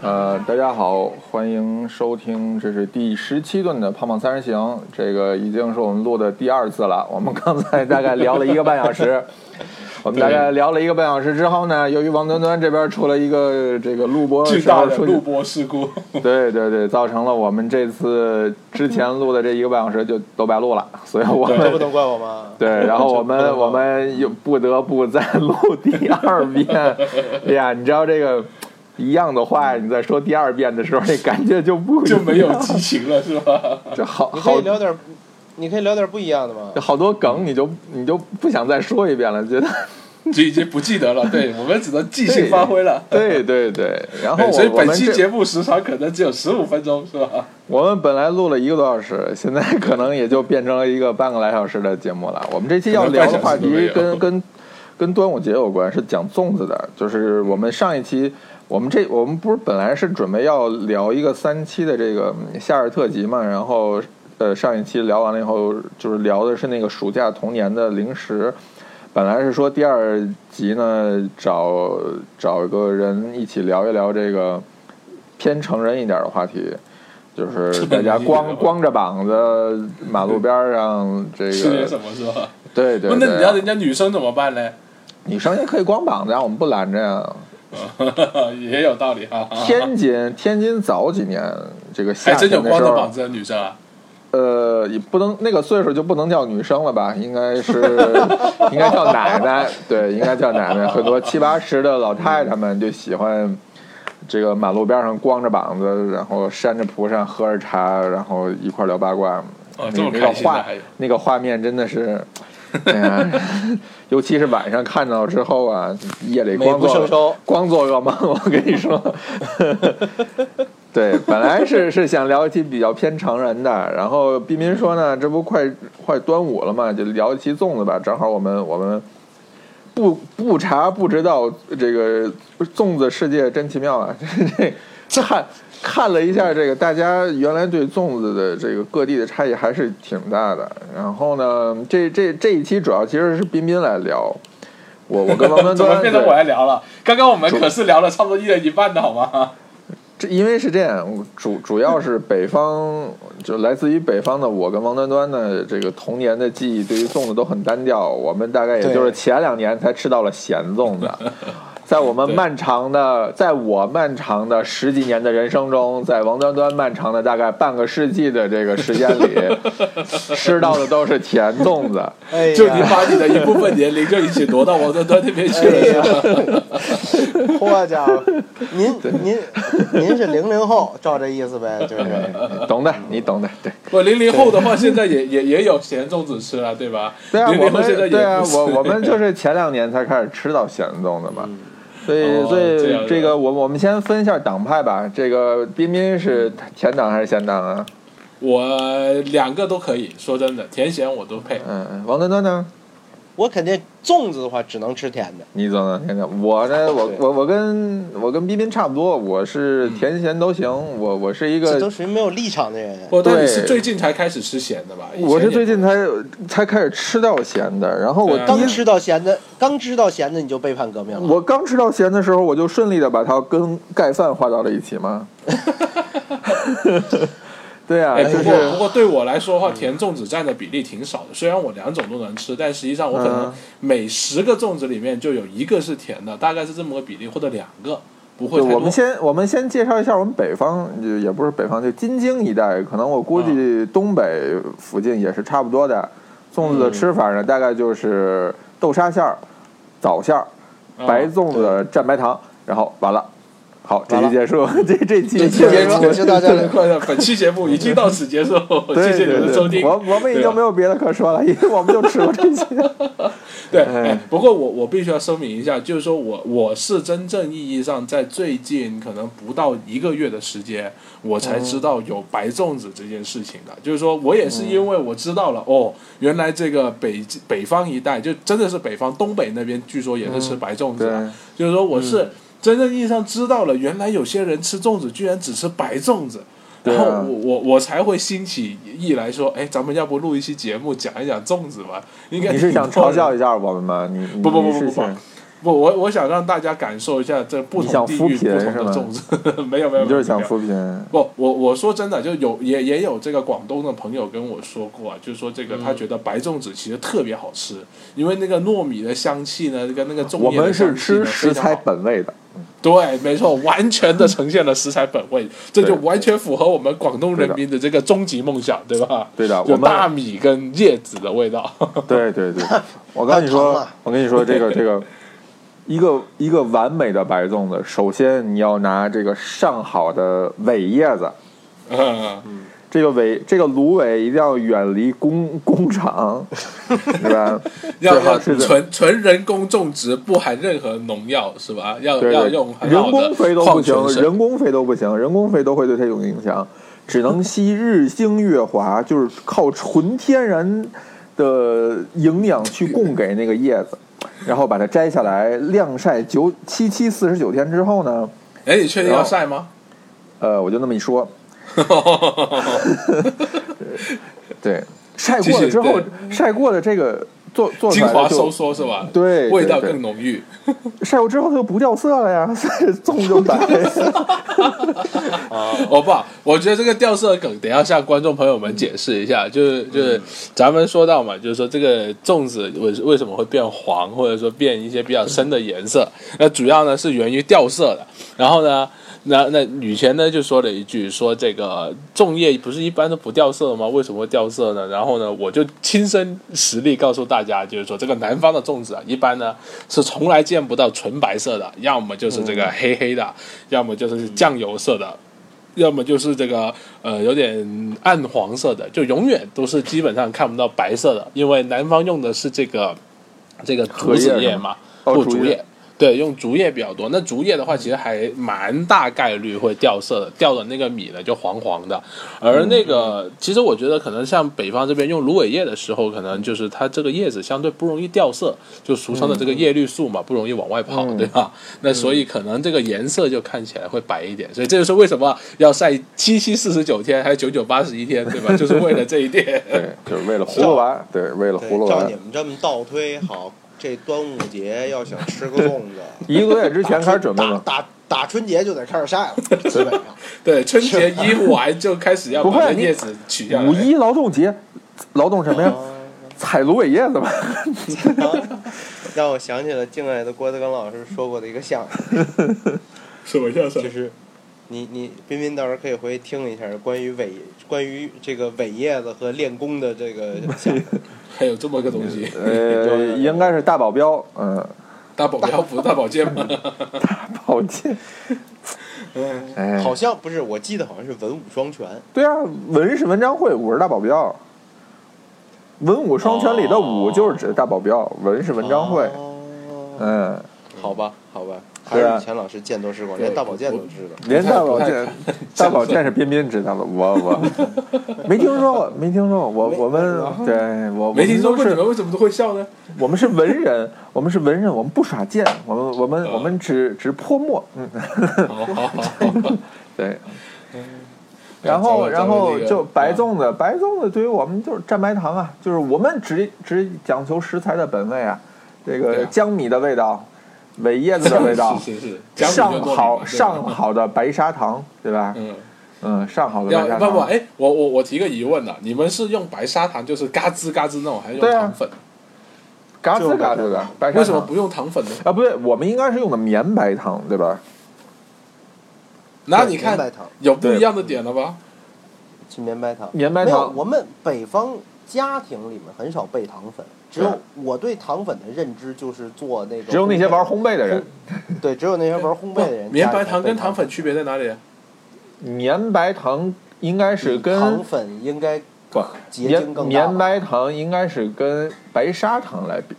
呃，大家好，欢迎收听，这是第十七顿的《胖胖三人行》，这个已经是我们录的第二次了。我们刚才大概聊了一个半小 时，我们大概聊了一个半小时之后呢，由于王端端这边出了一个这个录播巨时大候的出录播事故。对对对，造成了我们这次之前录的这一个半小时就都白录了，所以我对这们不能怪我吗？对，然后 我这们不能我们又不得不再录第二 遍。哎呀，你知道这个一样的话，你在说第二遍的时候，那感觉就不一就样 没有激情了，是吧？ 就好你可好以聊点，你可以聊点不一样的嘛就。好多梗，你就你就不想再说一遍了， 觉得就已经不记得了，对我们只能即兴发挥了。对对对。然后对我哎所以我本们期这节目时长可能只有十五分钟，是吧？我们本来录了一个多小时，现在可能也就变成了一个半个来小时的节目了。我们这期要聊的话可能半题小时都没跟有跟跟端午节有关，是讲粽子的。就是我们上一期，我们这我们不是本来是准备要聊一个三期的这个嗯夏日特辑嘛，然后呃上一期聊完了以后，就是聊的是那个暑假童年的零食。本来是说第二集呢，找找个人一起聊一聊这个偏成人一点的话题，就是大家光光着膀子马路边儿上这吃点个什，么，是吧？对对啊不，那你让人对，家女生怎么办呢？ 女生也可以光膀子啊，我们不拦着呀。也有道理哈。天津天津早几年这个还夏啊哎真天的有光时着候膀，子的女生啊！呃，也不能那个岁数就不能叫女生了吧？应该是应该叫奶奶，对，应该叫奶奶。很多七八十的老太太们就喜欢这个马路边上光着膀子，然后扇着蒲扇，喝着茶，然后一块儿聊八卦。哦，这那么那个开心的画还有。那个画面真的是，哎呀， 尤其是晚上看到之后啊，夜里美光不做胜收，光做噩梦，我跟你说。对，本来是是想聊一期比较偏成人的，然后彬彬说呢，这不快快端午了嘛，就聊一期粽子吧，正好我们我们不不查不知道这个粽子世界真奇妙啊！ 这这看看了一下这个，大家原来对粽子的这个各地的差异还是挺大的。然后呢，这这这一期主要其实是彬彬来聊，我我跟王端 怎么端变成我对来聊了？刚刚我们主可是聊了差不多一人一半的好吗？这因为是这样，主主要是北方就来自于北方的我跟王端端呢，这个童年的记忆对于粽子都很单调，我们大概也就是对前两年才吃到了咸粽子。在我们对漫长的，在我漫长的十几年的人生中，在王端端漫长的大概半个世纪的这个时间里，吃到的都是甜粽子。哎呀，就你把你的一部分年龄就已经挪到 王端端那边去了，是吧？哎呀， 好家伙，您您您是零零后，照这意思呗， 就是。哎懂的，你懂的，对。 不，零零后的话，现 在也也也有咸粽子吃了，对吧？对啊，零我零后现在们也对啊，不吃我我们就是前两年才开始吃到咸粽的嘛，所以哦所这以样这个我我们先分一下党派吧。这个彬彬是甜党还是咸党啊？ 我两个都可以，说真的，甜咸我都配。嗯，嗯王端端呢？我肯定粽子的话只能吃甜的，你怎么甜的？我呢？我对我我跟我跟彬彬差不多，我是嗯甜咸都行。我我是一这都个，属于没有立场的人。我但对你是最近才开始吃咸的吧？以前我是也最近才才开始吃到咸的，然后我对啊第一刚吃到咸的，刚吃到咸的你就背叛革命了。我刚吃到咸的时候，我就顺利的把它跟盖饭画到了一起 嘛。对啊，哎，就不是过不过对我来说的话，甜粽子占的比例挺少的。虽然我两种都能吃，但实际上我可能嗯每十个粽子里面就有一个是甜的，大概是这么个比例，或者两个，不会对，太多。我们先我们先介绍一下我们北方，就也不是北方，就京津一带，可能我估嗯计东北附近也是差不多的。粽子的嗯吃法呢，大概就是豆沙馅儿、枣馅儿、啊白粽子蘸白糖，然后完了。好，这完期结了束，这这期这期结束结就到这里 快乐，本期节目已经到此结束，谢对谢你们的收对对，听。我我们已对吧啊经没有别的可说了，因为我们就吃过这 些。对，哎哎，不过我我必须要声明一下，就是说我我是真正意义上在最近可能不到一个月的时间，我才知道有白粽子这件事情的。就是说我也是因为我知道嗯了，哦，原来这个北北方一带就真的是北方东北那边，据说也是吃白粽子的。对。嗯就是说我是真正意义上知道了，原来有些人吃粽子居然只吃白粽子。对然啊后我我我才会兴起意来说，哎，咱们要不录一期节目讲一讲粽子吧？应该你是想挺多嘲人笑一下我们吗？你你不不你不不是不想我我我想让大家感受一下这不你想同地扶域贫是不同吗的粽子， 没有没有，你就是没有想扶贫，不，我我说真的，就有也也有这个广东的朋友跟我说过啊，就是说这个他觉得白粽子其实特别好吃，因为那个糯米的香气呢，跟那个粽我叶的们是香气吃呢食非常材好。本味的，对，没错，完全的呈现了食材本味，这就完全符合我们广东人民的这个终极梦想，对吧？对的有我们大米跟叶子的味道。 对对对，我跟你太说长了，我跟你说，这个这个，一个一个完美的白粽子，首先你要拿这个上好的苇叶子，嗯，这个苇这个芦苇一定要远离工工 厂，对吧？要最好要是的纯纯人工种植，不含任何农药，是吧？要对要对，用很人好工的肥都不矿泉行，水。人工肥都不行，人工肥都会对它有影响，只能吸日星月华，就是靠纯天然的营养去供给那个叶子，然后把它摘下来晾晒九七七四十九天之后呢，哎，你确定然要后晒吗？呃，我就那么一 说，对，晒过了之后继续，晒过了这个做做出精来华的收就缩是吧？对对味道对更浓郁。晒过之后它就不掉色了呀， 所以粽就白。我哦不好，我觉得这个掉色梗，等一下向观众朋友们解释一下。就是就是，咱们说到嘛，就是说这个粽子为为什么会变黄，或者说变一些比较深的颜色，那主要呢是源于掉色的。然后呢，那那雨前呢就说了一句，说这个粽叶不是一般都不掉色吗？为什么会掉色呢？然后呢，我就亲身实例告诉大家，就是说这个南方的粽子啊，一般呢是从来见不到纯白色的，要么就是这个黑黑的，要么就是酱油色的。要么就是这个呃有点暗黄色的，就永远都是基本上看不到白色的，因为南方用的是这个这个竹荷子叶是叶吗嘛，哦或竹竹叶叶。对，用竹叶比较多。那竹叶的话，其实还蛮大概率会掉色的，掉的那个米呢就黄黄的。而那嗯个，其实我觉得可能像北方这边用芦苇叶的时候，可能就是它这个叶子相对不容易掉色，就俗称的嗯这个叶绿素嘛，不容易往外跑，对吧？那所以可能这个颜色就看起来会白一点。所以这就是为什么要晒七七四十九天，还有九九八十一天，对吧？就是为了这一点。 对，就是为了葫芦娃，对，为了葫芦对，哎照娃你。们这么倒推，好，这端午节要想吃个粽子，一个多月 之前开始准备打吗？打打春节就得开始晒了，基本上。对，春节一完就开始要不把会这叶子取下来。五一劳动节，劳动什么呀？采芦苇叶子吧。让我想起了敬爱的郭德纲老师说过的一个相声，什么叫什 么就？是你你彬彬到时候可以回去听一下关于尾关于这个尾叶子和练功的这 个相声。还有这么个东西，呃，应该是大保镖，嗯，大保镖不是大保健吗？保健。哎，好像不是，我记得好像是文武双全。对啊，文是文章会，武是大保镖。文武双全里的武就是指大保镖，文是文章会。哦，嗯，好吧，好吧，还对是啊以前老师见多识广，连大保健都知道。连大保不太健，大保健是彬彬知道的，我我 没听说过，没听说过，我我们对 我我没们听说都过，是你们为什么都会笑呢？我们是文人，我们是文人，我们不耍剑，我们我们啊我们只只泼墨，嗯，好好 好，好对。然后，咱们然咱后们这个就白粽子，白粽子对于我们就是蘸白糖啊，就是我们只只讲求食材的本味啊，这对个啊江米的味道，苇叶子的味道，是是是，讲理上就糯米好嘛上，好的白砂糖，对吧对吧？嗯，嗯，上好的白要砂不不，糖，哎，我我我提个疑问啊，你们是用白砂糖，就是嘎吱嘎吱那种，还是用对啊糖粉？嘎吱嘎吱的白砂糖。为什么不用糖粉呢？啊？不对，我们应该是用的绵白糖，对吧？那你绵白看糖，有不一样的点了吧？是绵白糖。绵白没有，糖，我们北方家庭里面很少备糖粉，只啊有我对糖粉的认知就是做那个烘焙，只有那些玩烘焙的人，对，只有那些玩烘焙的人，哦绵白糖跟糖糖粉区别在哪里？绵白糖应该是跟糖粉应该不结绵晶更大绵吧。白糖应该是跟白砂糖来比，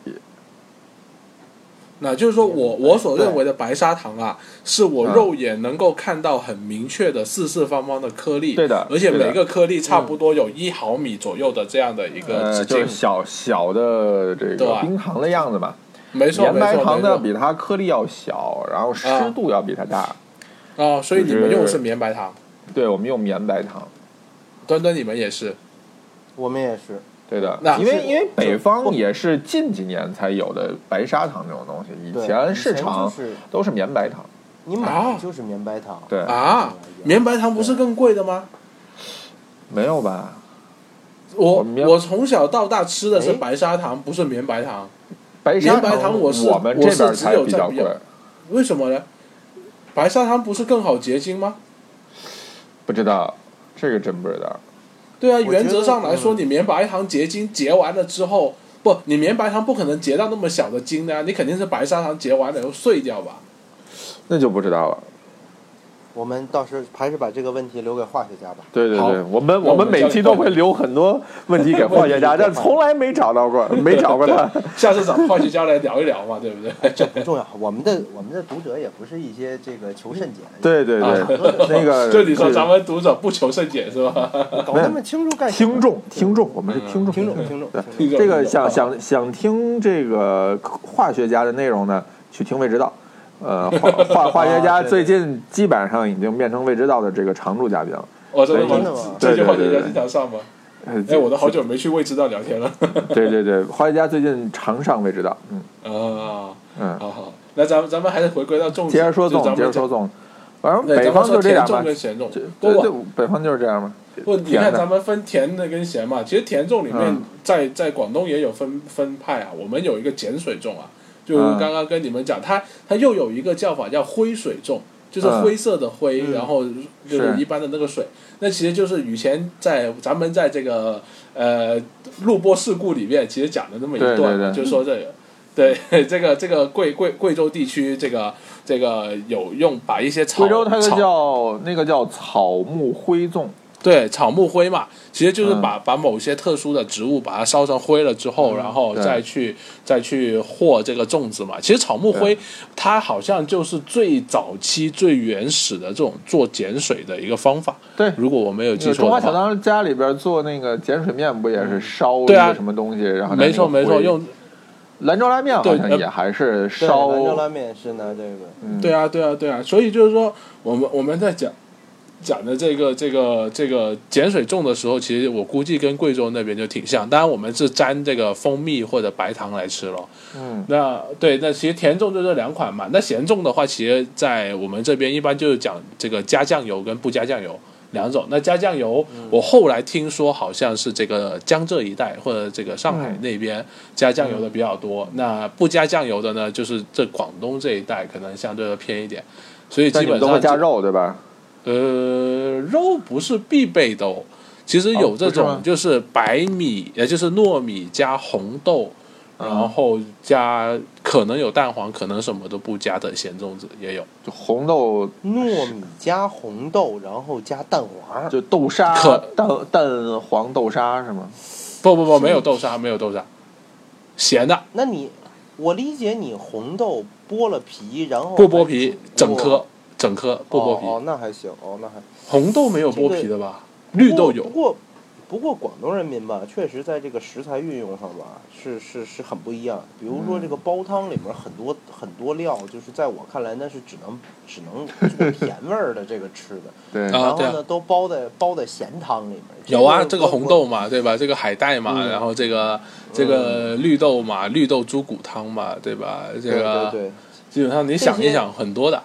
那就是说我我所对认为的白砂糖啊，是我嗯肉眼能够看到很明确的四四方方的颗粒，对的而且对的嗯每个颗粒差不多有一毫米左右的这样的一个呃，直就径是，小小的这对个冰糖的样子嘛。没错绵没白错糖没呢错。啊比它颗粒要小，然后湿度要比它大。哦，所以你们就是用的是绵白糖，对，我们用绵白糖，端端你们也是，我们也是，对的，那因为因为北就方也是近几年才有的白砂糖这种东西，以对前以市前场就是都是绵白糖。你买的就是绵白糖，对，啊，绵白糖不是更贵的吗？没有吧？我我们要我从小到大吃的是哎白砂糖，不是绵白糖，白砂绵白糖我我是们我这是边只才有比在较比贵，为什么呢？白砂糖不是更好结晶吗？不知道这个真不知道。对啊，觉得原则上来嗯说，你绵白糖结晶结完了之后，不，你绵白糖不可能结到那么小的晶的啊，你肯定是白砂糖结完了以后碎 掉吧？那就不知道了。我们到时候还是把这个问题留给化学家吧。对对好对，我们那我我们们每交期给都化会留很多问题给化学家，问题但给化从来没找到过，没找过他。下次找化学家来聊一聊嘛，对不 对？不重要，我们的我们的读者也不是一些这个求甚解，， 对对对啊，那 个 就你说咱们们读者不求甚解是吧？搞那么清楚干什么听众听众，我们是听众听众听众对听听众众这个想啊想想听这个化学家的内容呢，去听未知道。呃， 化化化学啊家对对最近基本上已经变成未知道的这个常驻嘉宾了。我真的真的吗吗？哦这句对对化学对家对经常上吗？呃哎，我都好久没去未知道聊天了。 对对对，化学家最近常上未知道。嗯啊，嗯，好好，那咱们咱们还是回归到粽子，接着说嗯就粽咱，们接着说讲，粽，反正对北咱们方说就这样甜吧粽。跟咸粽这，不这不这北方就是这样嘛。不，你甜看的咱们分甜的跟咸嘛，其实甜粽里面嗯在在广东也有分分派啊，我们有一个碱水粽啊，就嗯刚刚跟你们讲，它它又有一个叫法叫灰水粽。就是嗯灰色的灰，嗯然后就是是一般的那个水，那其实就是以前在咱们在这个呃录播事故里面，其实讲的那么一对段，对对就是说这个，对 这个这个贵贵贵州地区这个这个有用把一些草贵州它草个叫那个叫草木灰粽，对，草木灰嘛，其实嗯就是把、把某些特殊的植物把它烧成灰了之后，然后对再去再去和这个粽子嘛。其实草木灰它好像就是最早期最原始的这种做碱水的一个方法，对，如果我没有那个记中错华的小话。当家里边做那个碱水面，不也是烧一对啊个什么东西，然后拿没那错个没错，灰用兰州拉面好对像呃也还是对烧，兰州拉面是拿这个，嗯对啊对啊对啊，所以就是说我们我们在讲。讲的这个这个这个碱水粽的时候，其实我估计跟贵州那边就挺像。当然，我们是沾这个蜂蜜或者白糖来吃咯。嗯，那对，那其实甜粽就这两款嘛。那咸粽的话，其实在我们这边一般就是讲这个加酱油跟不加酱油两种。那加酱油，嗯我后来听说好像是这个江浙一带或者这个上嗯海那边加酱油的比较多。那不加酱油的呢，就是这广东这一带可能相对的偏一点。所以但基你们本都会上加就肉对吧？呃，肉不是必备的哦。其实哦有这不是吗种就是白米，也就是糯米加红豆，嗯然后加可能有蛋黄，可能什么都不加的咸粽子也有，就红豆糯米加红豆，然后加蛋黄，就豆沙可蛋蛋黄豆沙是吗？不不不，没有豆沙，没有豆沙，咸的那你，我理解你红豆剥了皮，然哦后不剥皮，整还煮颗整颗不剥哦哦皮，，那还行，哦，那还红豆没有剥皮的吧？绿豆有不，过不过广东人民吧，确实在这个食材运用上吧，是是是很不一样。比如嗯说这个煲汤里面很多、很多料，就是在我看来那是只能只能做甜味儿的这个吃的，对，啊然后对呢、都包在包在咸汤里面。有啊，这这个红豆嘛，对吧？这个海带嘛，嗯然后这个这个绿豆嘛，绿豆猪骨汤嘛，对吧？这对个对对基本上你想一想，很多的。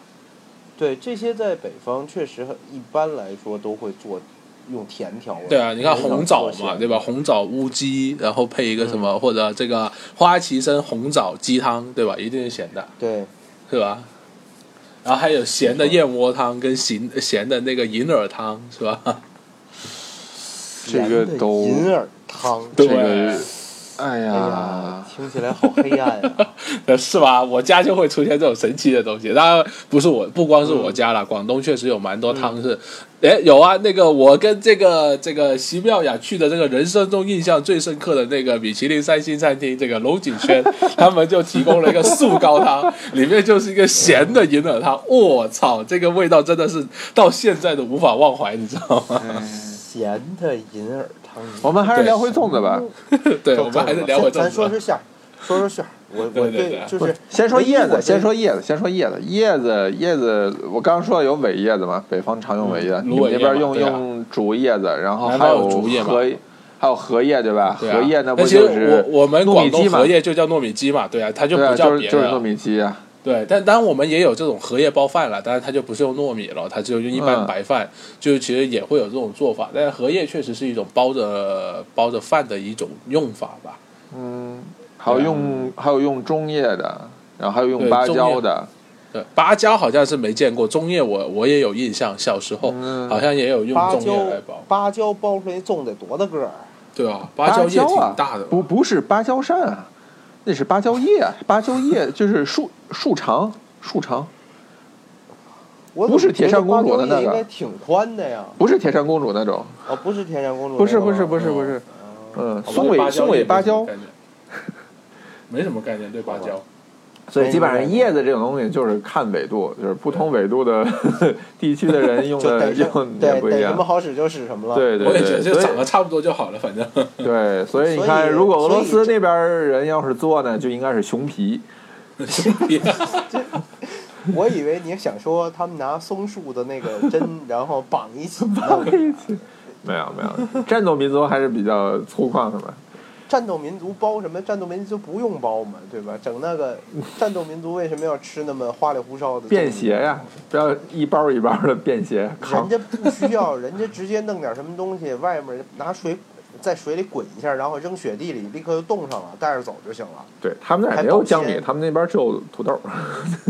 对，这些在北方确实很一般来说都会做用甜调味。对啊，你看很少红枣做咸嘛，对吧？红枣乌鸡，然后配一个什么，嗯或者这个花旗参红枣鸡汤，对吧？一定是咸的，对，是吧？然后还有咸的燕窝汤跟咸咸的那个银耳汤，是吧？这个咸的都银耳汤，这对个，啊哎哎呀呀，，听起来好黑暗啊！呃是吧？我家就会出现这种神奇的东西。当然不是我，不光是我家啦，嗯广东确实有蛮多汤是，哎、有啊。那个我跟这个这个席妙雅去的这个人生中印象最深刻的那个米其林三星餐厅，这个龙井轩， 他们就提供了一个素高汤，里面就是一个咸的银耳汤。我、操，这个味道真的是到现在都无法忘怀，你知道吗？ 咸的银耳汤。我们还是聊回粽子吧。对，我们还是聊回粽咱子说吧。说馅儿，说说馅儿。我我对对对就不是是，先说叶唯一我子，先对说叶子，先说叶子。叶子，叶子，我刚刚说有苇叶子嘛，北方常用苇叶，嗯你们那芦苇叶边嘛用对啊用竹叶子，然后南还方有有竹叶嘛荷还有荷叶对吧？对啊荷叶那不那其实就是我我们糯米广鸡东嘛荷叶就叫糯米鸡嘛，对啊，它就对啊，不就叫是别就是的糯。米鸡啊，对，但当然我们也有这种荷叶包饭了，但是它就不是用糯米了，它只有用一般嗯白饭，就是其实也会有这种做法，但是荷叶确实是一种包着包着饭的一种用法吧。嗯，还有用还有用中叶的，然后还有用啊对芭中蕉叶的，对，芭蕉好像是没见过，中叶我我也有印象，小时候、嗯好像也有用芭中蕉叶来包，芭蕉包出来粽得多大个儿？对啊，芭蕉叶挺啊，大的吧，不不是芭蕉扇啊，那是芭蕉叶，芭蕉 叶就是树树长树长，我不是铁扇公主的的那个应该挺宽的呀。不是铁扇公主那种，哦，不是天山公主那个吗，不是不是不是哦不是，嗯，好吧松对尾芭蕉松叶尾没芭什么蕉概，念 没什么概念对芭蕉，所以基本上叶子这种东西就是看纬度，就是不同纬度的 地区的人用嗯就的逮什用哎也对不一逮什样么。好使就使什么了。对我对也觉得对，就所长以得差不多就好了，反正 对，所以你所以看，如果俄罗所斯以这那边人要是做呢，就应该是熊皮，兄弟我以为你想说他们拿松树的那个针，然后绑一起弄的。 没有没有，战斗民族还是比较粗犷的嘛。战斗民族包什么？战斗民族不用包嘛，对吧？整那个战斗民族为什么要吃那么花里胡哨的？便携。呀、不要一包一包的便携人扛。家不需要， 人家直接弄点什么东西，外面拿水在水里滚一下，然后扔雪地里，立刻就冻上了，带着走就行 了。对他们那儿也没有江米，他们那边只有土豆、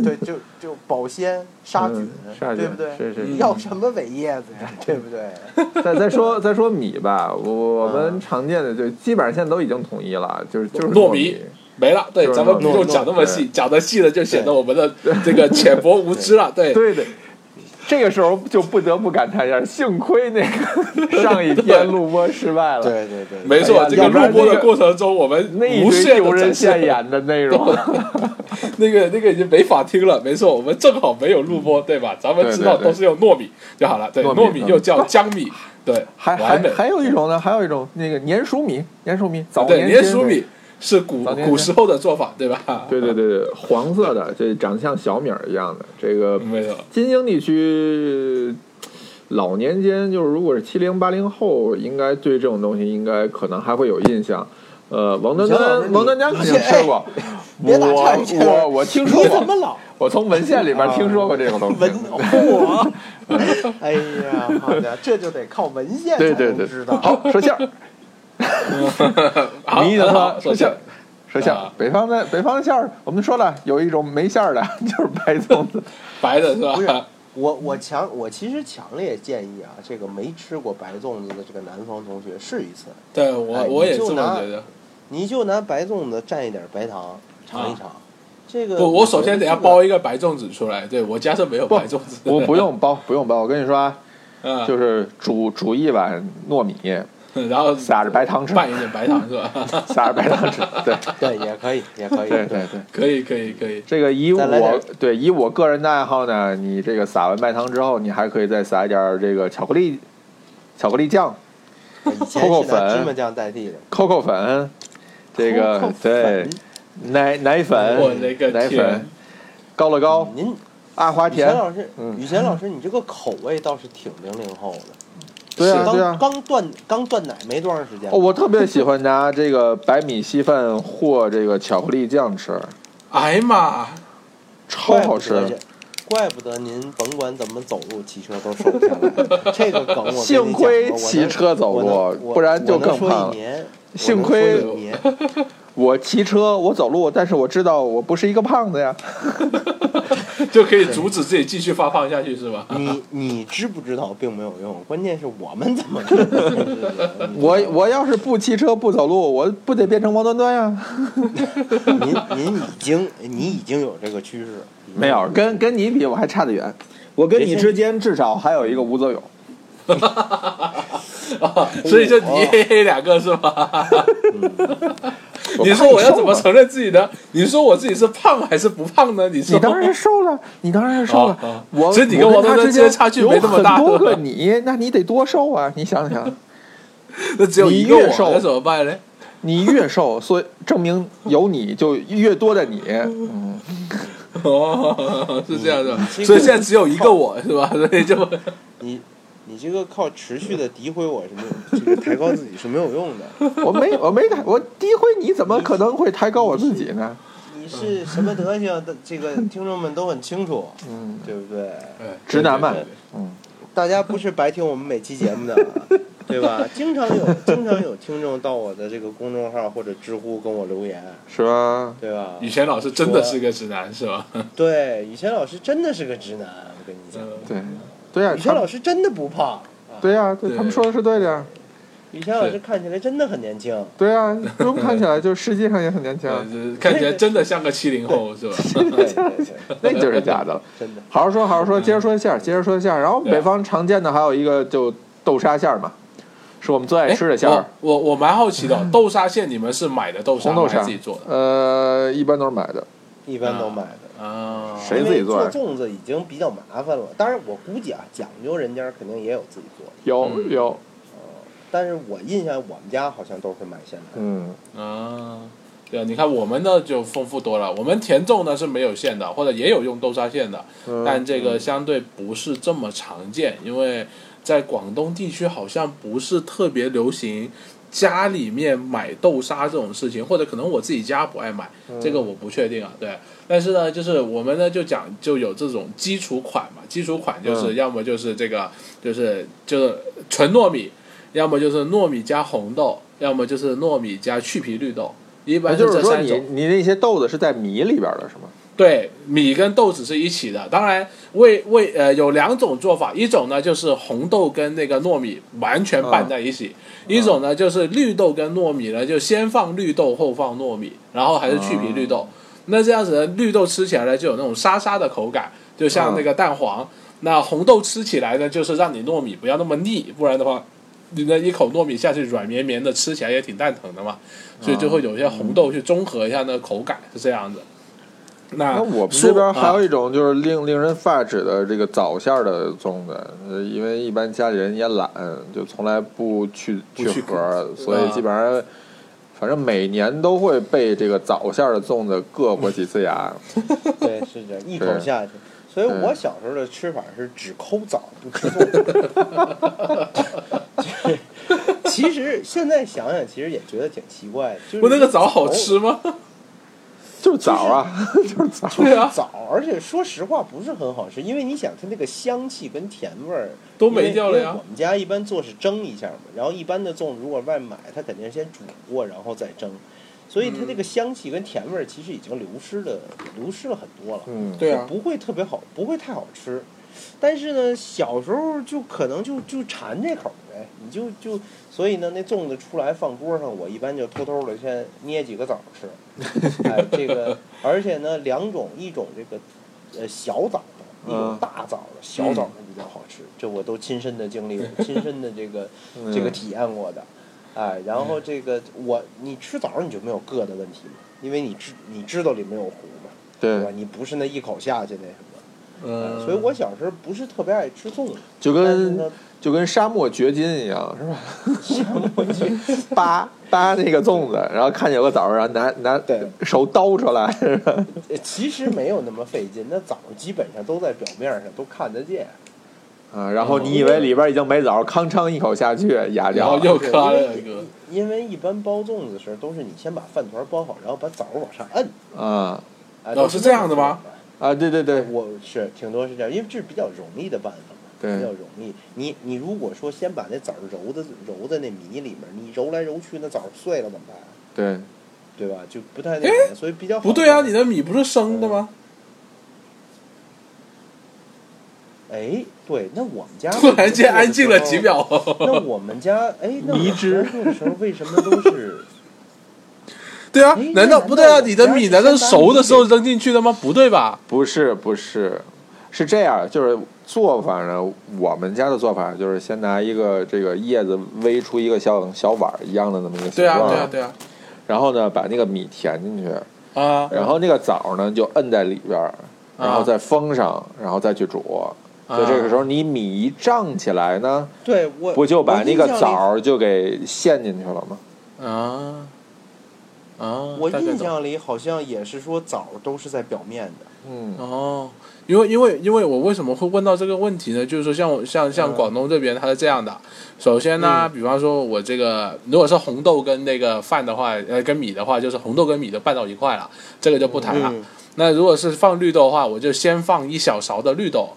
对，就就保鲜杀菌，嗯杀菌对不对？是是嗯是。要什么伪叶 子呀，对不对？再再说再说米吧，我我嗯们常见的就基本上现在都已经统一了，就是就是糯米米。没了，对就，是咱们糯不用讲那么细，对讲的细了就显得我们的这个浅薄无知了。对，对的，这个时候就不得不感叹一下，幸亏那 个上一天录播失败了。对对对，没哎错，呀这个要不然录播那的个过程中，我们那一无堆限丢的人现，眼的内容， 那个那个已经没法听了。没错，我们正好没有录播，对吧？咱们对知道对对都是用糯米就好了。对，糯米糯米嗯又叫江米，对，还完美还。还有一种呢，还有一种那个粘薯米，粘薯米早对，年粘间薯米是古早年间古时候的做法，对吧？对对对，对，黄色的，这长得像小米儿一样的。这个没 错，金京地区老年间，就是如果是七零八零后，应该对这种东西应该可能还会有印象。呃，王端你像老师端，你王端端肯定吃过。 别打岔我这我我听说你怎么过，老我从文献里边听说过这个东西。啊文 嚯！哎呀，好家伙，这就得靠文献对才对能对，知道。好说馅儿，好你已经很说好了说说馅馅儿儿，说馅儿啊。北方的北方的馅儿，我们说了有一种没馅儿的， 就是白粽子。白的是不是吧？我我强，我其实强烈建议啊，这个没吃过白粽子的这个南方同学试一次，对我哎我也你就这么拿觉得。你就拿白粽子蘸一点白糖尝一啊尝。这个不，我首先得要包一一个白粽子出来。对我家是没 有不白粽子的，我不用包，不用包。我跟你说啊， 嗯，就是煮煮一碗糯米， 然后撒着白糖吃，拌一点白糖是吧？ 撒着白 糖吃。对 对也可以，也可以。对对对，可以可以可以，这个以再来点我对以我个人的爱好呢，你这个撒完白糖之后，你还可以再撒一点儿这个巧克力、巧克力酱、以前扣是扣拿粉芝麻酱代替的， coco 粉，这扣个扣对粉奶奶我那粉、个奶天粉、高乐高、您阿华雨贤田，老师，嗯雨贤老师，你这个口味倒是挺零零后的。对啊刚对啊。刚断刚断奶没多长时间哦，。我特别喜欢拿这个白米稀饭和这个巧克力酱吃，哎呀妈， 超好吃。怪不得您甭管怎么走路、骑车都瘦不下来，这个梗我跟你讲幸亏骑车走我能我能路我不然就更胖我能了说一年，幸亏我能说一年，我骑车，我走路，但是我知道我不是一个胖子呀。就可以阻止自己继续发胖下去是吧？ 你你知不知道并没有用，关键是我们怎么知道这件事情？你我我要是不骑车不走路，我不得变成王端端呀？您您已经你已经有这个趋势，没有，跟跟你比我还差得远。我跟你之间至少还有一个吴泽勇。啊，所以就你嘿嘿两个是 吧？你我说我要看怎么瘦了？承认自己呢？你说我自己是胖还是不胖呢？你说你当然是瘦了，你当然是瘦啊啊了。我所以你跟我王端他之端之间间差距有没那么大很多个你，那你得多瘦啊！你想想，那只有一个你越我瘦那怎么办呢？ 你越瘦，所以证明有你就越多的你。嗯，哦，是这样的， 这个所以现在只有一个我是吧？所以就你你这个靠持续的诋毁我是没有，这个抬高自己是没有用的。我没我没抬我诋毁你，怎么可能会抬高我自己呢？你是什么德行？这个听众们都很清楚，嗯，对不对？ 哎，直男嘛对对对嗯，大家不是白听我们每期节目的，对吧？经常有经常有听众到我的这个公众号或者知乎跟我留言，是吧？对吧？以前老师真的是个直男，是 吧？对，雨谦老师真的是个直男，我跟你讲，嗯对，对呀、雨他谦老们师真的不胖，对呀、对他们说的是对的呀，雨谦老师看起来真的很年轻。对呀、不用看起来就实际上也很年轻啊，嗯，看起来真的像个七零后，是吧？ 对对 对，那就是假的了。真的。好好说，好好说，接着说馅儿，接着说馅儿。然后对啊北方常见的还有一个就豆沙馅儿嘛，是我们最爱吃的馅儿嗯哎，我我我蛮好奇的，豆沙馅你们是买的豆红沙吗豆还沙是自己做的？呃，一般都是买的。一般都买的。啊，谁自己做做呀粽子已经比较麻烦了，当然我估计啊，讲究人家肯定也有自己做的，有嗯有，但是我印象我们家好像都是买现成的。嗯，啊，对啊，你看我们呢就丰富多了。我们甜粽呢是没有馅的，或者也有用豆沙馅的，嗯但这个相对不是这么常见，因为在广东地区好像不是特别流行。家里面买豆沙这种事情，或者可能我自己家不爱买，嗯这个我不确定啊。对，但是呢，就是我们呢就讲就有这种基础款嘛，基础款就是嗯要么就是这个就是就是纯糯米，要么就是糯米加红豆，要么就是糯米加去皮绿豆，一般也啊就是这说三你种。你那些豆子是在米里边的，是吗？对，米跟豆子是一起的。当然，为为呃有两种做法，一种呢就是红豆跟那个糯米完全拌在一起，一种呢就是绿豆跟糯米呢就先放绿豆后放糯米，然后还是去皮绿豆。那这样子呢，绿豆吃起来呢就有那种沙沙的口感，就像那个蛋黄。那红豆吃起来呢，就是让你糯米不要那么腻，不然的话，你那一口糯米下去软绵绵的，吃起来也挺蛋疼的嘛。啊所以就会有一些红豆去中和一下那个口感，是这样子。那那我们说这边还有啊一种就是令令人发指的这个枣馅儿的粽子，呃因为一般家里人也懒，就从来不去不去去核儿，所以基本上，反正每年都会被这个枣馅儿的粽子硌过几次牙。 对，是这样，一口对下去。所以对我小时候的吃法是只抠枣不吃粽子。 其实现在想想，其实也觉得挺奇怪，就啊是不那个枣好吃吗？就是枣啊，就是枣。 对啊，枣，而且说实话不是很好吃，因为你想它那个香气跟甜味儿都没掉了呀因为因为我们家一般做是蒸一下嘛，然后一般的粽子如果外买，它肯定是先煮过然后再蒸，所以它嗯那个香气跟甜味儿其实已经流失的流失了很多了。嗯，对啊，不会特别好，不会太好吃。但是呢，小时候就可能就就馋这口呗，你就就所以呢，那粽子出来放桌上，我一般就偷偷的先捏几个枣 吃。哎，这个而且呢，两种，一种这个呃小枣的，一种嗯大枣的，小枣的比较好吃，嗯这我都亲身的经 历，过，亲身的这个嗯这个体验过的。哎，然嗯后这个我你吃枣你就没有硌的问题嘛，因为你知你知道里面有核嘛。对吧？对，你不是那一口下去那什么，呃嗯，所以我小时候不是特别爱吃粽子，就但是跟呢，就跟沙漠掘金一样，是吧？我去，扒扒那个粽子，然后看见有个枣儿，然后拿拿对手刀出来，是吧？呃其实没有那么费劲，那枣基本上都在表面上都看得见，嗯啊，然后你以为里边已经没枣，康锵一口下去，牙然掉后了。哦又磕了一个，因为一般包粽子的时候都是你先把饭团包好，然后把枣往上摁，啊啊，哦是这样的吗啊，对对对，我是挺多是这样，因为这是比较容易的办法嘛，对比较容易。你你如果说先把那枣揉的揉在那米里面，你揉来揉去，那枣碎了怎么办？啊对，对吧？就不太那什么，所以比较好不对啊，办你的米不是生的吗？哎，对，那我们家呃 突然间安静了几。秒，那我们家哎，那迷我之做的时候为什么都是？ 对啊哎，难那难道道不对啊？我你的米难道是熟的时候扔进去的吗？不对吧？不是不是，是这样，就是做法呢，我们家的做法就是先拿一个这个叶子煨出一个小小碗儿一样的那么一个形对啊，状，对啊，对啊，然后呢把那个米填进去，啊然后那个枣呢就摁在里边儿，然后啊再封上，然后再去煮。所以这个时候你米一胀起来呢，对我不就把那个我印象里枣儿就给陷进去了吗？啊，啊，我大概印懂象里好像也是说枣都是在表面的，嗯，哦，因为因为因为我为什么会问到这个问题呢？就是说像我像像嗯广东这边它是这样的，首先呢，比方说我这个如果是红豆跟那个饭的话，呃，跟米的话，就是红豆跟米都拌到一块了，这个就不啊谈了。嗯那如果是放绿豆的话，我就先放一小勺的绿豆，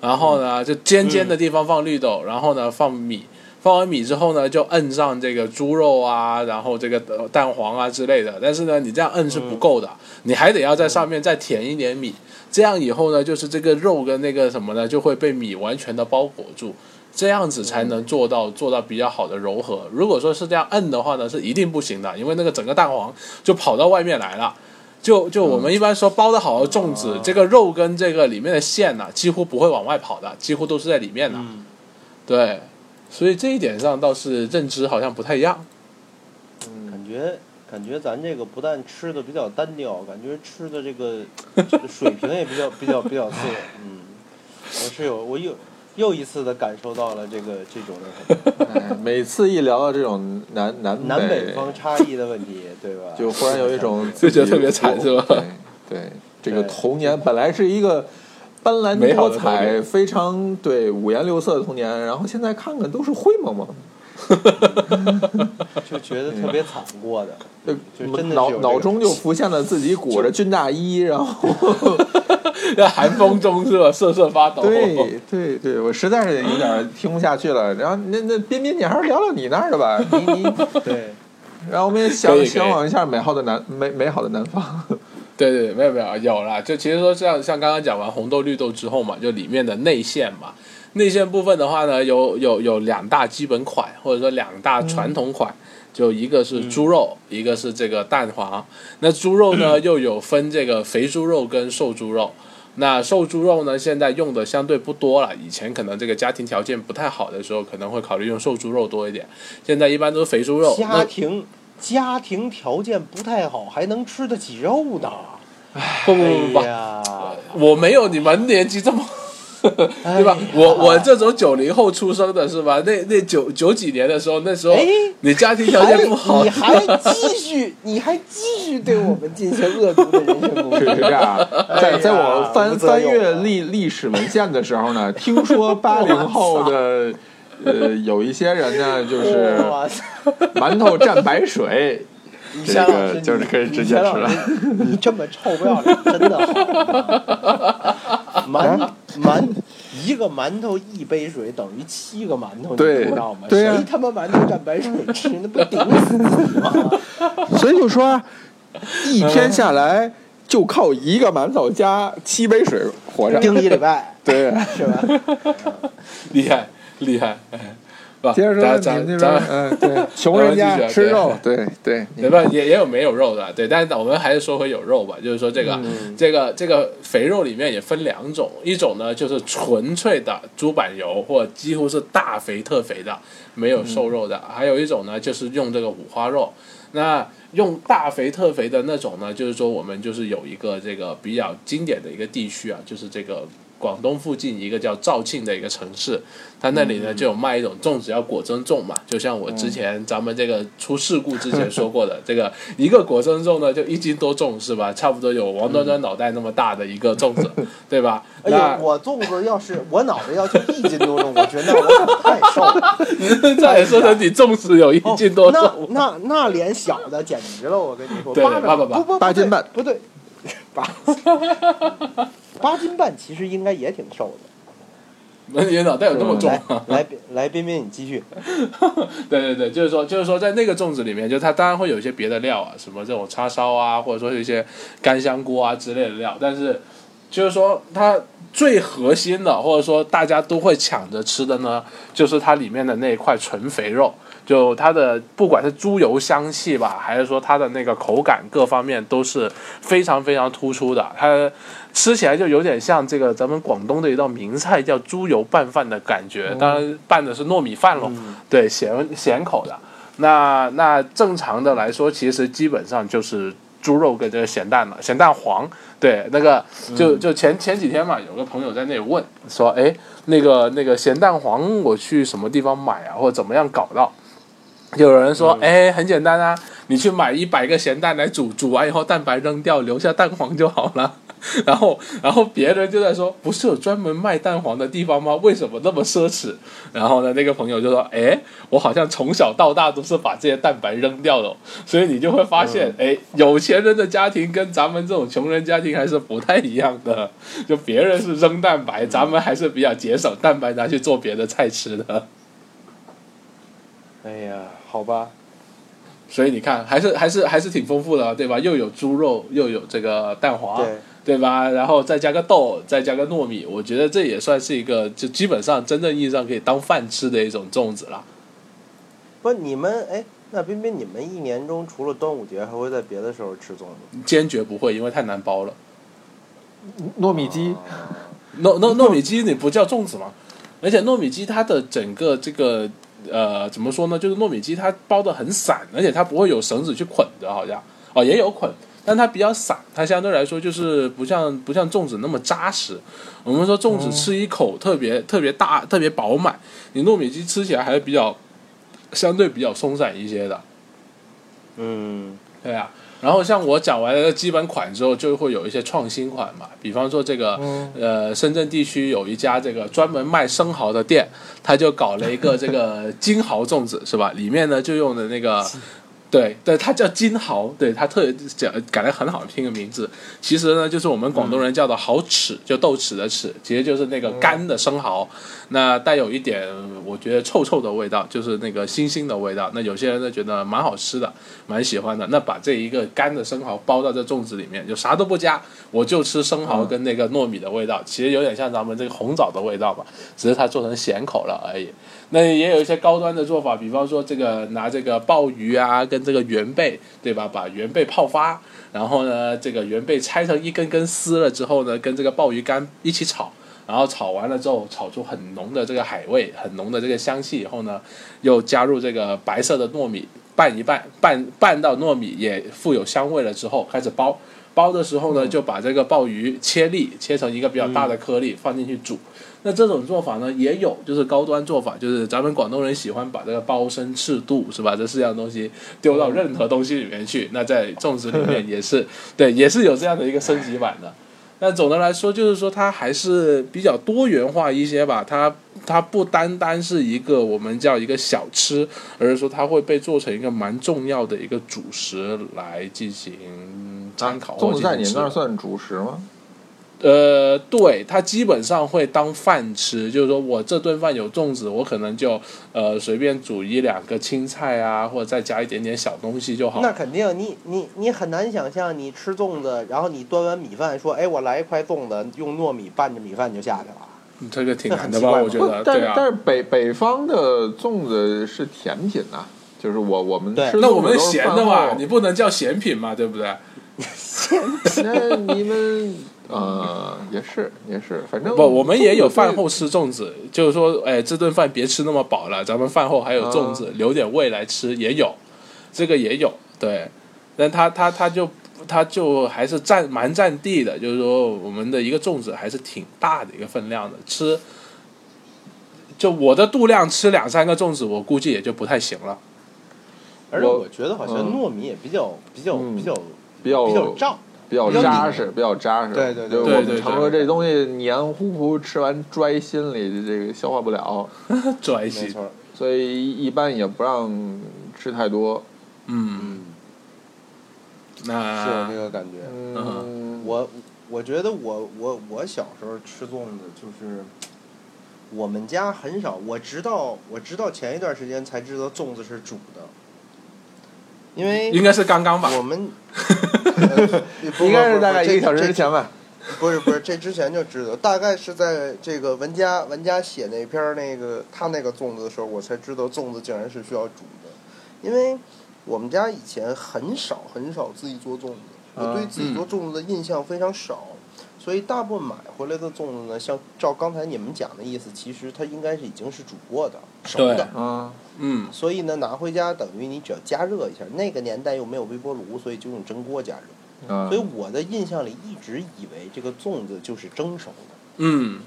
然后呢就尖尖的地方放绿豆，然后呢放米。放完米之后呢，就摁上这个猪肉啊，然后这个呃蛋黄啊之类的。但是呢，你这样摁是不够的，你还得要在上面再填一点米。这样以后呢，就是这个肉跟那个什么呢，就会被米完全的包裹住，这样子才能做到做到比较好的柔和。如果说是这样摁的话呢，是一定不行的，因为那个整个蛋黄就跑到外面来了。就就我们一般说包的好的粽子，这个肉跟这个里面的馅呢、几乎不会往外跑的，几乎都是在里面的。嗯对，所以这一点上倒是认知好像不太一样。 嗯，感觉感觉咱这个不但吃的比较单调，感觉吃的这 个这个水平也比较比较比较次。嗯，我是有我又又一次的感受到了这个这种那什么 哎每次一聊到这种南南南北方差异的问题，对吧？就忽然有一种就觉得自己特别惨是吧对，对这个对童年本来是一个斑斓美好多的童彩、年非常对五颜六色的童年，然后现在看看都是灰蒙蒙的，就觉得特别惨过的。就就真的是脑有这个脑中就浮现了自己裹着军大衣，然后在寒风中是吧，瑟瑟发抖。 对对对，我实在是有点听不下去了。然后那那彬彬，你还是聊聊你那儿的吧，你你， 对，然后我们也可以想可以向往一下美好的南美美好的南方，对对，没有没有有啦，就其实说像像刚刚讲完红豆绿豆之后嘛，就里面的内馅嘛，内馅部分的话呢，有有有两大基本款，或者说两大传统款，就一个是猪肉，一个是这个蛋黄。那猪肉呢，又有分这个肥猪肉跟瘦猪肉。那瘦猪肉呢，现在用的相对不多了，以前可能这个家庭条件不太好的时候，可能会考虑用瘦猪肉多一点，现在一般都是肥猪肉。家那庭家庭条件不太好，还能吃得起肉呢？不不哎不不不，呀，我没有你们年纪这么，对吧哎呀？我我这种九零后出生的是吧？那那九九几年的时候，那时候哎你家庭条件不好你，还继续，你还继续对我们进行恶毒的人身攻是是击。这样。 在在我哎无翻责翻有阅啊历历史文献的时候呢，听 说八零后的呃有一些人呢， 就是哇塞！馒头蘸白水，于这谦老师个就是可以直接吃你于了。谦老师你这么臭不要脸，真的 好馒馒一个馒头一杯水等于七个馒头，对你知道吗？对呀谁他妈馒头蘸白水吃，那不顶死你吗？ 所以就说，一天下来就靠一个馒头加七杯水 活着。顶一礼拜对，是吧？ 厉害厉害。哎不，接着说咱你们咱那咱边，嗯，对，穷人咱家们继续吃肉啊，对对，你 对吧？也也有没有肉的，对，但是我们还是说回有肉吧，就是说这个、嗯这个这个肥肉里面也分两种，一种呢就是纯粹的猪板油或几乎是大肥特肥的，没有瘦肉的，还有一种呢就是用这个五花肉，那。用大肥特肥的那种呢，就是说我们就是有一个这个比较经典的一个地区啊，就是这个广东附近一个叫肇庆的一个城市，它那里呢就有卖一种粽子叫果珍粽嘛，就像我之前咱们这个出事故之前说过的，这个一个果珍粽呢就一斤多重是吧？差不多有王端端脑袋那么大的一个粽子， 对吧？哎呀，那我粽子要是我脑袋要去一斤多重，我觉得我可太瘦了。再说成你粽子 有一哦斤多重， 那那那脸小的简直了，我跟你说，对八八八八不不八斤半，不对，不对八八斤半其实应该也挺瘦的。你的脑袋有 那么重啊来吗？来来，彬彬，你继续。 对对对，就是说，就是说，在那个粽子里面，就它当然会有一些别的料啊，什么这种叉烧啊，或者说是一些干香锅啊之类的料，但是就是说它最核心的，或者说大家都会抢着吃的呢，就是它里面的那一块纯肥肉，就它的不管是猪油香气吧，还是说它的那个口感各方面都是非常非常突出的，它吃起来就有点像这个咱们广东的一道名菜叫猪油拌饭的感觉，当然拌的是糯米饭喽。对，咸咸口的。那那正常的来说，其实基本上就是猪肉跟这个咸蛋了，咸蛋黄。对，那个就就前前几天嘛，有个朋友在那里问说，哎，那个那个咸蛋黄我去什么地方买啊，或者怎么样搞到？有人说，哎，很简单啊，你去买一百个咸蛋来煮，煮完以后蛋白扔掉，留下蛋黄就好了。然后，然后别人就在说，不是有专门卖蛋黄的地方吗？为什么那么奢侈？然后呢，那个朋友就说，哎，我好像从小到大都是把这些蛋白扔掉的，哦所以你就会发嗯现，哎，有钱人的家庭跟咱们这种穷人家庭还是不太一样的。就别人是扔蛋白，咱们还是比较节省蛋白，拿去做别的菜吃的。 哎呀，好吧，所以你看，还是还是还是挺丰富的啊，对吧？又有猪肉，又有这个蛋黄，对，对吧？然后再加个豆，再加个糯米，我觉得这也算是一个，就基本上真正意义上可以当饭吃的一种粽子了。不，你们哎，那彬彬，你们一年中除了端午节，还会在别的时候吃粽子？坚决不会，因为太难包了。嗯糯米鸡，糯糯糯米鸡你不叫粽子吗？而且糯米鸡它的整个这个呃怎么说呢？就是糯米鸡它包的很散，而且它不会有绳子去捆着，好像哦也有捆，但它比较散，它相对来说就是不像不像粽子那么扎实。我们说粽子吃一口特别、特别大、特别饱满，你糯米鸡吃起来还是比较相对比较松散一些的。嗯，对啊，然后像我讲完了基本款之后，就会有一些创新款嘛，比方说这个、呃，深圳地区有一家这个专门卖生蚝的店，他就搞了一个这个金蚝粽子，是吧？里面呢就用的那个。对对，它叫金蚝，对它特讲改了很好听的名字。其实呢，就是我们广东人叫的蚝豉，就豆豉的豉，其实就是那个干的生蚝，那带有一点我觉得臭臭的味道，就是那个腥腥的味道。那有些人呢觉得蛮好吃的，蛮喜欢的。那把这一个干的生蚝包到这粽子里面，就啥都不加，我就吃生蚝跟那个糯米的味道，其实有点像咱们这个红枣的味道吧，只是它做成咸口了而已。那也有一些高端的做法，比方说这个拿这个鲍鱼啊，跟这个圆贝，对吧？把圆贝泡发，然后呢，这个圆贝拆成一根根丝了之后呢，跟这个鲍鱼干一起炒，然后炒完了之后，炒出很浓的这个海味，很浓的这个香气以后呢，又加入这个白色的糯米拌一拌，拌拌到糯米也富有香味了之后，开始包。包的时候呢，就把这个鲍鱼切粒，切成一个比较大的颗粒，放进去煮。那这种做法呢，也有就是高端做法，就是咱们广东人喜欢把这个包身赤肚是吧？这四样东西丢到任何东西里面去。那在粽子里面 也是，对，也是有这样的一个升级版的。那总的来说，就是说它还是比较多元化一些吧。它它不单单是一个我们叫一个小吃，而是说它会被做成一个蛮重要的一个主食来进行参考或嗯粽者子在你进行吃。们那儿算主食吗？呃，对，它基本上会当饭吃，就是说我这顿饭有粽子，我可能就呃随便煮一两个青菜啊，或者再加一点点小东西就好。那肯定，你你你很难想象，你吃粽子，然后你端完米饭说，哎，我来一块粽子，用糯米拌着米饭就下去了。嗯这个挺那难很的奇吧？怪我嘛哦觉不得，但对是、啊。但是北北方的粽子是甜品呐、就是我我们对吃那粽我们子都是咸饭的嘛，后你不能叫咸品嘛，对不对？那你们呃也是也是，反正不，我们也有饭粽后吃粽子，就是说，哎，这顿饭别吃那么饱了，咱们饭后还有粽哦子，留点胃来吃也有，这个也有，对。但他他他就他就还是占蛮占地的，就是说我们的一个粽子还是挺大的一个分量的，吃就我的度量吃两三个粽子，我估计也就不太行了。而且我我觉得好像嗯糯米也比较比较嗯比较子比较比较胀，比较扎实，比较扎实。对对对就是对我们对对常说这东西黏糊糊，吃完拽心里这个消化不了，拽没起，错。所以一般也不让吃太多。嗯，是有这那个感觉。嗯，我我觉得我我我小时候吃粽子就是，我们家很少，我直到我直到前一段时间才知道粽子是煮的，因为应该是刚刚吧？我们、 呃不嗯应该是大概不不一个小时这之前吧。不是不是，这之前就知道，大概是在这个文佳文佳写那篇儿那个他那个粽子的时候，我才知道粽子竟然是需要煮的，因为我们家以前很少很少自己做粽子，我对嗯自己做粽子的印象非常少，所以大部分买回来的粽子呢，像照刚才你们讲的意思，其实它应该是已经是煮过的熟对的，嗯，嗯，所以呢拿回家等于你只要加热一下，那个年代又没有微波炉，所以就用蒸锅加热。啊嗯所以我的印象里一直以为这个粽子就是蒸熟的，嗯，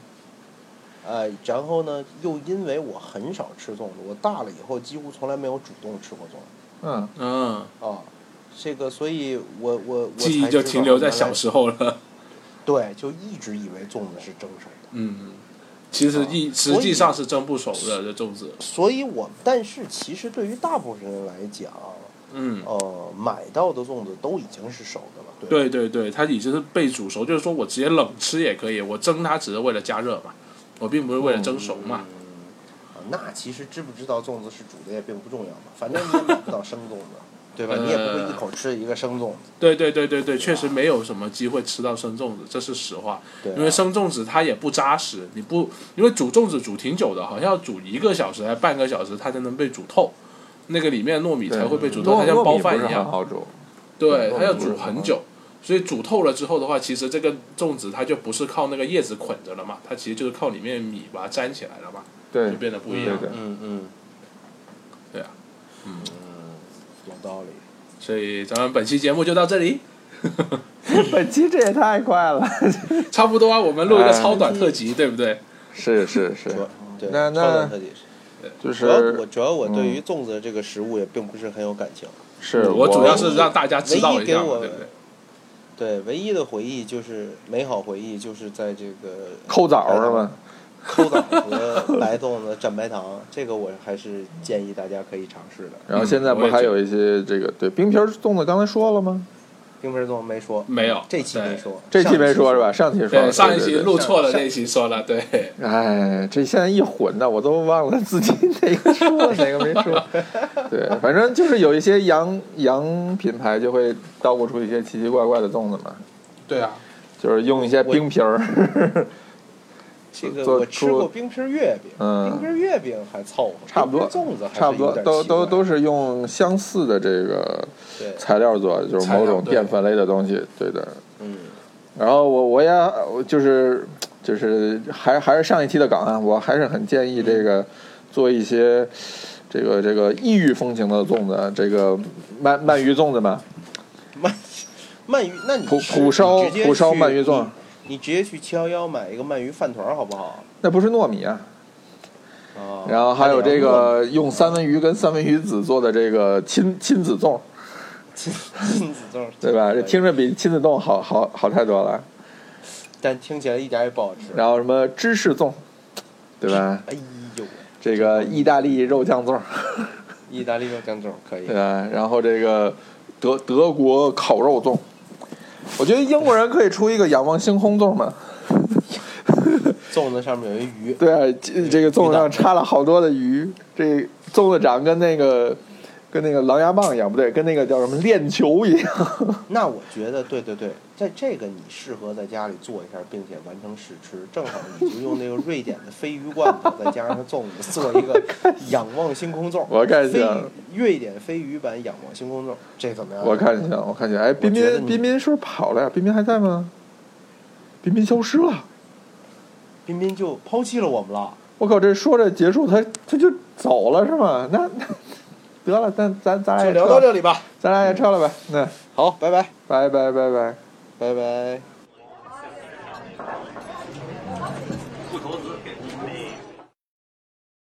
呃，然后呢，又因为我很少吃粽子，我大了以后几乎从来没有主动吃过粽子嗯，嗯，啊。这个，所以我我我记才忆就知道停留在原来小时候了。对，就一直以为粽子是蒸熟的。嗯，其实一实际上是蒸不熟的这粽子。所以我，但是其实对于大部分人来讲，嗯，呃，买到的粽子都已经是熟的了，对吧对对对，它已经是被煮熟，就是说我直接冷吃也可以，我蒸它只是为了加热嘛，我并不是为了蒸熟嘛。嗯啊那其实知不知道粽子是煮的也并不重要嘛，反正你也买不到生粽子，对吧？呃你也不会一口吃一个生粽子，对对对对对，确实没有什么机会吃到生粽子，这是实话。对啊、因为生粽子它也不扎实，你不因为煮粽子煮挺久的，好像要煮一个小时还半个小时，它才能被煮透，那个里面糯米对才会被煮透，它糯像糯包米不饭是一很样，好煮，对，糯它要米不是煮很很好久。所以煮透了之后的话，其实这个粽子它就不是靠那个叶子捆着了嘛，它其实就是靠里面米把它粘起来了嘛，对就变得不一对样。对，嗯嗯对啊，嗯，嗯，有道理。所以咱们本期节目就到这里， 本期这也太快了，差不多啊，我们录一个哎超短特辑，对不对？是是是主，要对，那超短那特辑就主要我是主要我对于嗯粽子这个食物也并不是很有感情，是我主要是让嗯大家知道唯一一下给嘛，我对不对？对，唯一的回忆就是美好回忆，就是在这个 抠枣是吧？嗯抠枣和白粽子蘸白糖，这个我还是建议大家可以尝试的。然后现在嗯我不也还觉有一些这个对冰皮儿粽子，刚才说了吗？冰盆粽没说，没有，这期没对说，这期上没说是吧？？上期说对，了，上一对期对对录错了，那一期说了，对，哎，这现在一混呢，我都忘了自己哪个说了哪个没说。对，反正就是有一些洋洋品牌就会捣鼓出一些奇奇怪怪的粽子嘛，对啊，就是用一些冰皮儿。这个做我吃出过冰皮儿月饼，嗯冰皮儿月饼还凑合，差不多冰皮儿粽子还是差不多有点都奇都怪都是用相似的这个对，材料做的，就是材某料种对淀粉类的东西，对的。嗯，然后我我也我就是就是还还是上一期的港啊，我还是很建议这个做一些这个这个异域风情的粽子，这个鳗鳗鱼粽子嘛，鳗鳗鱼，那你蒲吃蒲烧你直接蒲烧去鳗鱼粽，你直接去七幺幺买一个鳗鱼饭团儿好不好？那不是糯米啊。啊，然后还有这得个用三文鱼跟三文鱼籽做的这个亲亲子粽，亲亲子粽， 对吧？这听着比亲子粽好好好太多了。但听起来一点儿也不好吃。然后什么芝士粽，对吧？哎呦，这个意大利肉酱粽，意大利肉酱粽可以对，吧？然后这个德德国烤肉粽，我觉得英国人可以出一个仰望星空粽嘛。粽子上面有一鱼，对啊，这这个粽子上插了好多的鱼，这粽子长跟那个跟那个狼牙棒一样，不对，跟那个叫什么链球一样。那我觉得对对对，在这个你适合在家里做一下，并且完成试吃。正好你就用那个瑞典的鲱鱼罐头，再加上粽子，做一个仰望星空粽。 我看一下飞瑞典鲱鱼版仰望星空粽，这怎么样？我看一下，我看一下，哎，彬觉得彬你彬彬是不是跑了呀？彬彬还在吗？彬彬消失了，彬彬就抛弃了我们了。我靠，这说着结束，他他就走了是吗？那那得了，咱咱咱俩就也聊撤到了这里吧，咱俩也撤了吧，那好，拜拜，拜拜拜拜。拜拜。